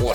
我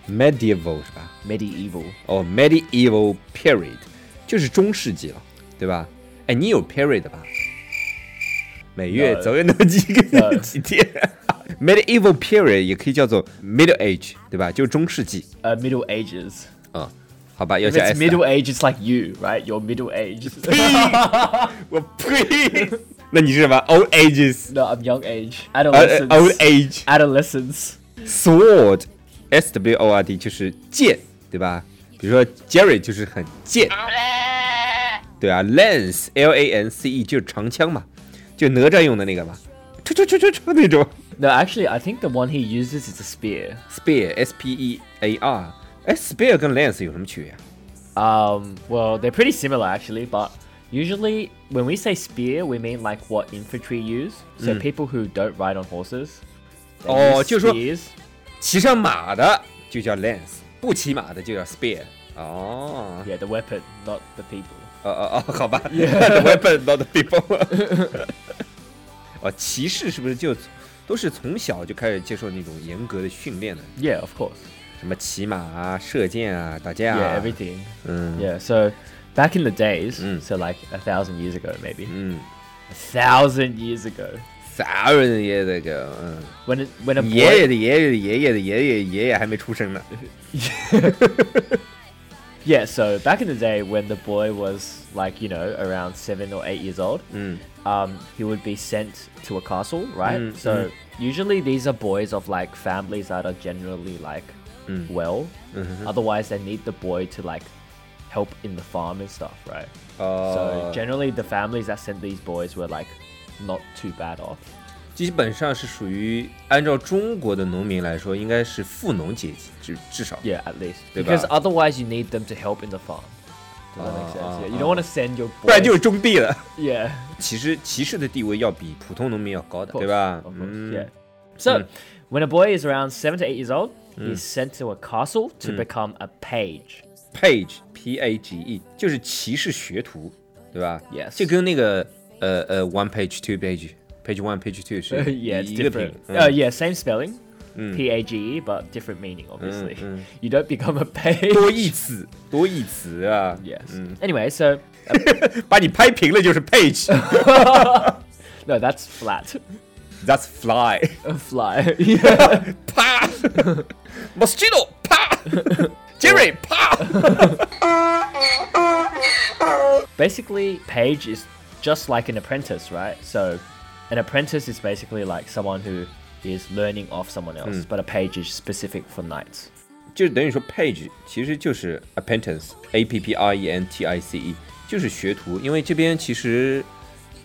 medieval 是吧？ Medieval. 哦、m e d i e v a l period 就是中世纪了，对吧？哎，你有 period 吧？每月 No 总有那么几个 No 几天。medieval 呃 period 也可以叫做 middle age，对吧？就是中世纪 Uh, middle Ages. 啊、嗯好吧，要 If 加 it's S 的。 middle age, it's like you, right? You're middle age. 我呸！那你是什么？old ages， no, I'm young age. 呃、呃 Adolescence. old age。 Adolescence. sword s w o r d 就是剑，对吧？比如说 Jerry 就是很剑，对啊，lance l a n c e 就是长枪嘛，就哪吒用的那个 嘛，戳戳戳戳戳那种 No, actually, I think the one he uses is a spear. spear s p e a r。哎，spear 跟 lance 有什么区别啊？ Um, well, they're pretty similar actually, but usually when we say spear, we mean like what infantry use. So people who don't ride on horses. they Mm. Oh, use 就是说- spears. 骑上马的就叫 lance，不骑马的就叫 spear。哦， Yeah, the weapon, not the people. 哦哦 哦，好吧，the weapon not the people 。哦，骑士是不是就都是从小就开始接受那种严格的训练的？ Yeah, of course. 什么骑马啊、射箭啊、打架 Yeah, 啊， everything. 嗯 Yeah, so back in the days, Mm. so like a thousand years ago, maybe 嗯， a thousand years ago, 啥人爷那个，嗯， when it, when a boy, 爷爷的爷爷的爷爷的爷爷爷爷还没出 生呢， yeah, so back in the day when the boy was like you know around seven or eight years old, 嗯 um, he would be sent to a castle, right? Mm, so usually these are boys of like families that are generally like Mm. well, 嗯哼， otherwise they need the boy to like help in the farm and stuff, right? So 哦， generally the families that sent these boys were like not too bad off. 基本上是属于按照中国的农民来说，应该是富农阶级，至至少， Yeah, at least. They Because buy. otherwise you need them to help in the farm. Does that make sense? Ah, yeah, you ah, don't want to send your boys. 不然就是种地了。 yeah, 其实骑士的地位要比普通农民要高的， of course, 对吧 Of？course, 嗯 yeah. So Mm. when a boy is around seven to eight years old, he's sent to a castle Mm. to become a page. ，page p a g e 就是骑士学徒，对吧 Yes 就跟那个呃呃 one page two page page one page two 是 yeah, it's 一个品 different.，嗯 Uh, yeah, same spelling. Mm. P A G E, but different meaning, obviously. mm. You don't become a page. 多义词多义词啊， Yes. 嗯， Anyway, so 把你拍平了就是 page，that's no, that's flat. fly， A fly. Yeah. 啪 m o s q u i t o 啪，Jerry 啪， basically page is just like an apprentice right so an apprentice is Mm. basically like someone who is learning off someone else but a page is specific for knights 就是等于说 page 其实就是 apprentice，a p p r e n t i c e，就是学徒。因为这边其实，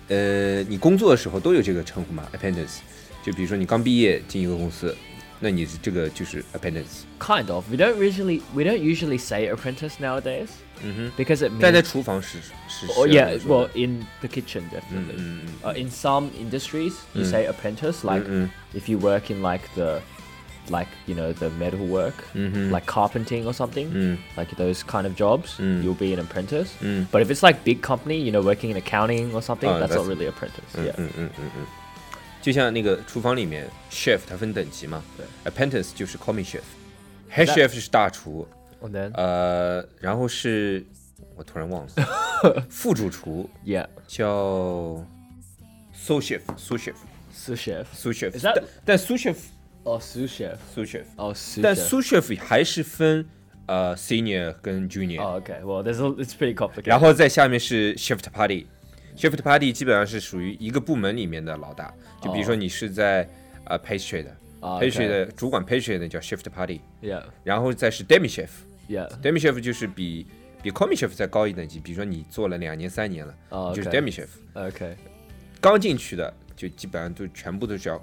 呃，你工作的时候都有这个称呼嘛，apprentice。就比如说你刚毕业进一个公司，那你这个就是 apprentice。 Kind of. We don't usually we don't usually say apprentice nowadays 嗯哼， because it means. 但在厨房是是 Oh 是要 yeah, 这么说 well, 的 in the kitchen definitely. 嗯嗯 Uh, in some industries, Mm-hmm, you Mm. say apprentice. Like Mm-mm. if you work in like the, like you know the metal work, Mhm. like carpenting or something, Mm. like those kind of jobs, Mm. you'll be an apprentice. Mm. But if it's like big company, you know, working in accounting or something, Oh, that's, that's- not really apprentice. 嗯 yeah. 嗯嗯嗯嗯，就像那个厨房里面 chef 它分等级嘛，apprentice 就是 common chef，head chef 是大厨， And then Uh, 呃，然后是我突然忘了，副主厨 yeah, 叫 sous chef sous chef sous chef. sous chef， Is that- 但但 sous chef Oh, sous chef. sous chef， Oh, sous 但 chef. sous chef 还是分呃 senior 跟 junior， Oh, okay. Well, there's a, it's pretty complicated. 然后在下面是 shift party。shift party 基本上是属于一个部门里面的老大，就比如说你是在、呃 pastry 的、哦 pastry 的主管 pastry 的叫 shift party， yeah, 然后再是 demi chef，demi yeah. chef 就是比比 commis chef 再高一等级，比如说你做了两年三年了，哦你就是 OK demi chef。 Okay. 刚进去的就基本上都全部都叫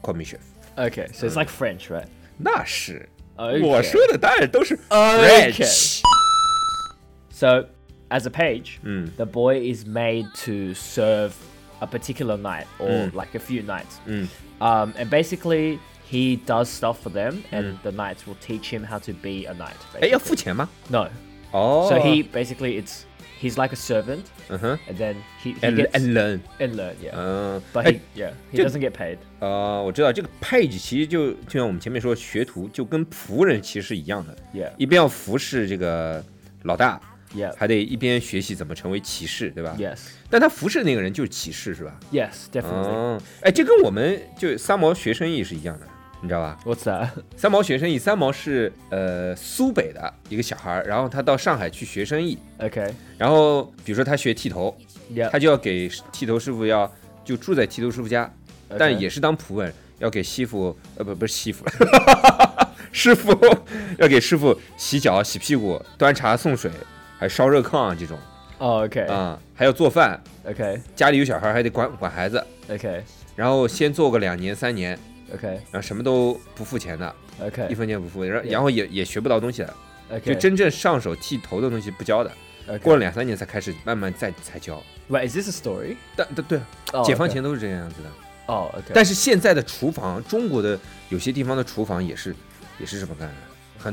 commis chef。 Okay. So it's like French, right? 那是 Okay 我说的当然都是 Okay French。 So, as a page, Hmm. the boy is made to serve a particular night or Hmm. like a few nights. Um, and basically, he does stuff for them, Hmm. and the knights will teach him how to be a knight. 哎，要 basically. 付钱吗？ No. 哦、 So he basically it's he's like a servant, 嗯哼 and then he, he ，and gets and learn， and learn, yeah. 嗯， but 哎 he yeah he dude. doesn't get paid. 呃，我知道这个 page 其实就就像我们前面说，学徒就跟仆人其实是一样的 Yeah. 一边要服侍这个老大 Yeah. 还得一边学习怎么成为骑士，对吧 Yes. 但他服侍那个人就是骑士，是吧？ Yes. Definitely. 嗯，哎，这跟我们就三毛学生艺是一样的，你知道吧？ What's that? 三毛学生艺，三毛是呃苏北的一个小孩儿，然后他到上海去学生艺， Okay. 然后比如说他学剃头， Yeah. 他就要给剃头师傅要就住在剃头师傅家，但也是当仆人，要给媳妇呃不不是媳妇，师傅要给师傅洗脚、洗屁股、端茶送水，还烧热炕啊这种 Oh, okay. 啊、还要做饭， okay. 家里有小孩还得管管孩子， Okay. 然后先做个两年三年， Okay. 然后什么都不付钱的， Okay. 一分钱不付，然后然后也也学不到东西来，就 Okay. 真正上手剃头的东西不教的， okay. 过了两三年才开始慢慢再才教。 Wait, is this a story? 但但对啊，哦解放 OK 前都是这个样子的。 Oh, okay. 但是现在的厨房，中国的有些地方的厨房也是也是这么干的，很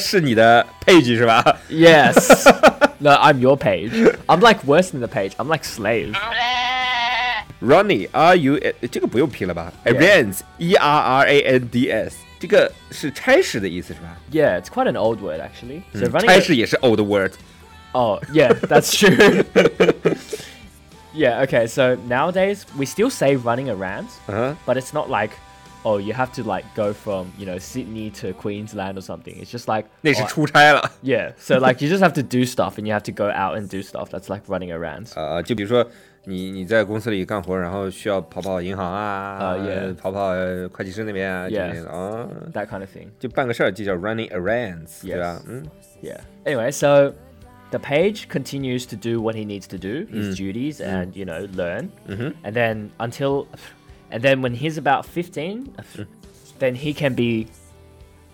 是你的 page 是吧？ yes. no, I'm your page. I'm like worse than the page. I'm like slave. Ronnie R U 呃这个不用拼了吧 Yeah ？Errands E R R A N D S 这个是差事的意思是吧？ Yeah, it's quite an old word Hmm. actually. So 嗯 running. 差事也是 old word。 Oh, yeah, that's true. yeah, okay, so nowadays we still say running errands, 嗯 but it's not like, oh, you have to like go from, you know, Sydney to Queensland or something. It's just like, 那是 oh, 出差了。 yeah, so like you just have to do stuff and you have to go out and do stuff. That's like running errands. 呃，就比如说你你在公司里干活，然后需要跑跑银行啊啊，yeah 跑跑呃会计师那边啊之 Yeah 类的啊， that kind of thing. 就办个事儿就叫 running errands，对吧 Yes？嗯 Yeah. Anyway, so the page continues to do what he needs to do, his duties, and you know, learn. Mm. Mm-hmm. And then until, and then when he's about fifteen, then he can be.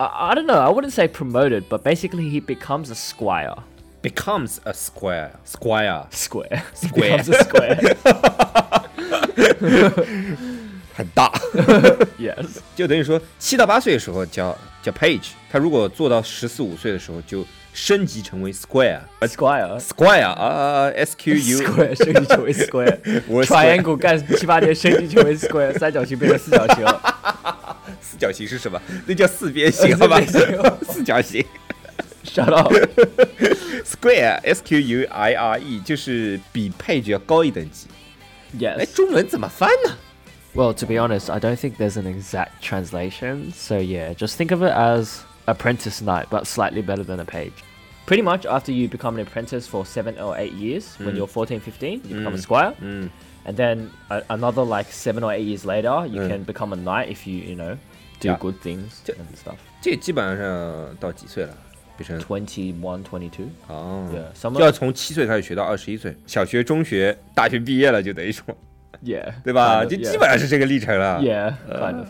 I, I don't know. I wouldn't say promoted, but basically he becomes a squire. ，becomes a square squire， Square. He Square. becomes a square. 很大， yes. 就等于说七到八岁的时候叫叫 page，他如果做到十四五岁的时候就升级成为 square。 A squire. Square 啊，S Q U， Square 升级成为 square 我是 square triangle 干七八年升级成为 square 三角形变成四角形了。四角形是什么？那叫四边形，好吧四边？四角形。 Shut up！ Square S Q U I R E 就是比 Page 要高一等级。哎， Yes. 中文怎么翻呢？ Well, to be honest, I don't think there's an exact translation. So yeah, just think of it as apprentice knight, but slightly better than a page. Pretty much after you become an apprentice for seven or eight years, when you're 14, 15, you become a squire. And then a- another like seven or eight years later, you can become a knight if you, you know, do Yeah. good things Ju- and stuff. 这基本上到几岁了？变成 21, 22. 哦 Yeah, some 就要 of, 从七岁开始学到二十一岁，小学、中学、大学毕业了，就等于说， yeah. 对吧？ kind 就 of, 基 yeah. 本上是这个历程了。 Yeah, kind of.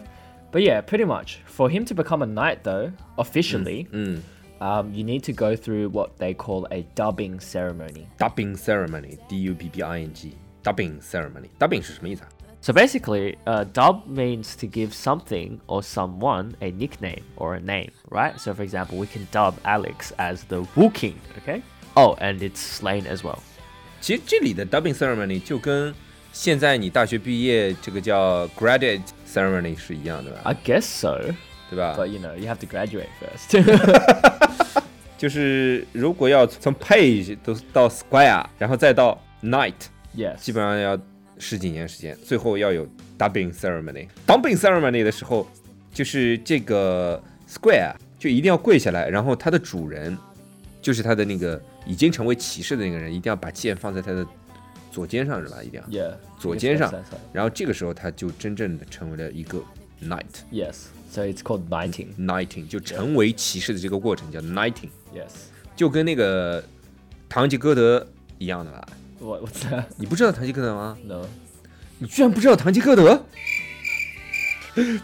But yeah, pretty much. For him to become a knight, though, officially, 嗯 um, you need to go through what they call a dubbing ceremony. ，dubbing ceremony，D U B B I N G，dubbing ceremony，dubbing 是什么意思啊？ So basically, uh, dub means to give something or someone a nickname or a name, right? So for example, we can dub Alex as the Wu King, okay? Oh, and it's slain as well. 其实这里的 dubbing ceremony 就跟现在你大学毕业这个叫 graduate ceremony 是一样的吧？ I guess so, 对吧？ but you know, you have to graduate first. 就是如果要从 page 都到 square，然后再到 knight， yes. 基本上要十几年时间，最后要有 dubbing ceremony。dubbing ceremony 的时候，就是这个 square 就一定要跪下来，然后它的主人就是他的那个已经成为骑士的那个人，一定要把剑放在他的左肩上，是吧？一定要。 Yeah. 左 Yes, 肩 yes, 上 yes, yes.，然后这个时候他就真正的成为了一个 knight Yes. So it's called knighting. knighting，就成为骑士的这个过程叫 knighting。 Yes. 就跟那个堂吉诃德一样的吧？ What, what's that? 你不知道堂吉诃德吗？ No. 你居然不知道堂吉诃德？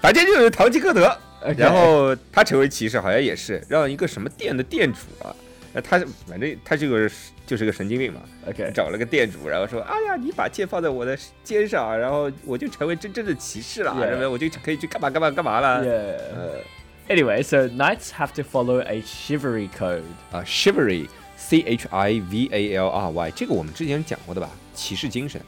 反正就是堂吉诃德。 OK 然后他成为骑士，好像也是让一个什么店的店主啊，那他反正他这个是就是个神经病嘛， Okay. 找了个店主，然后说：“哎呀，你把剑放在我的肩上，啊然后我就成为真正的骑士了，啊 Yeah 什么我就可以去干嘛干嘛干嘛了。啊 Yeah. Anyway, so knights have to follow a chivalry code. 啊，chivalry c h i v a l r y，这个我们之前讲过的吧？骑士精神。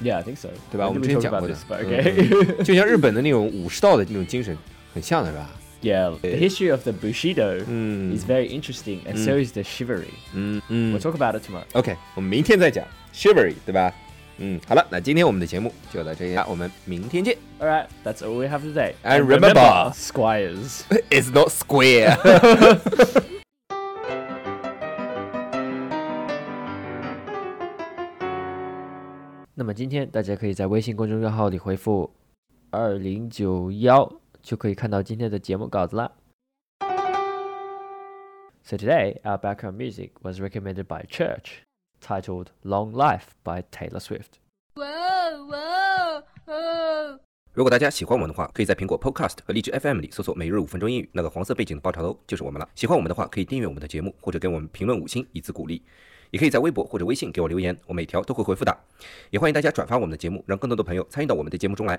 Yeah, I think so. 对吧？我 When 们 did 之前 we talk 讲 about 过的 this? But，okay. 嗯就像日本的那种武士道的那种精神，很像的是吧？ yeah, the history of the Bushido Mm. is very interesting, and so is the chivalry. 嗯嗯 We'll talk about it tomorrow. OK，我们明天再讲 chivalry，对吧？嗯，好了，那今天我们的节目就到这里了，我们明天见。 All right, that's all we have today. And remember- squires. It's not square. So today, our background music was recommended by Church, titled Long Life by Taylor Swift. Whoa, whoa, whoa. 如果大家喜欢我们的话，可以在苹果 Podcast 和荔枝 FM 里搜索“每日五分钟英语”，那个黄色背景的爆炒头就是我们了。喜欢我们的话，可以订阅我们的节目，或者给我们评论五星以资鼓励。也可以在微博或者微信给我留言，我每条都会回复的。也欢迎大家转发我们的节目，让更多的朋友参与到我们的节目中来。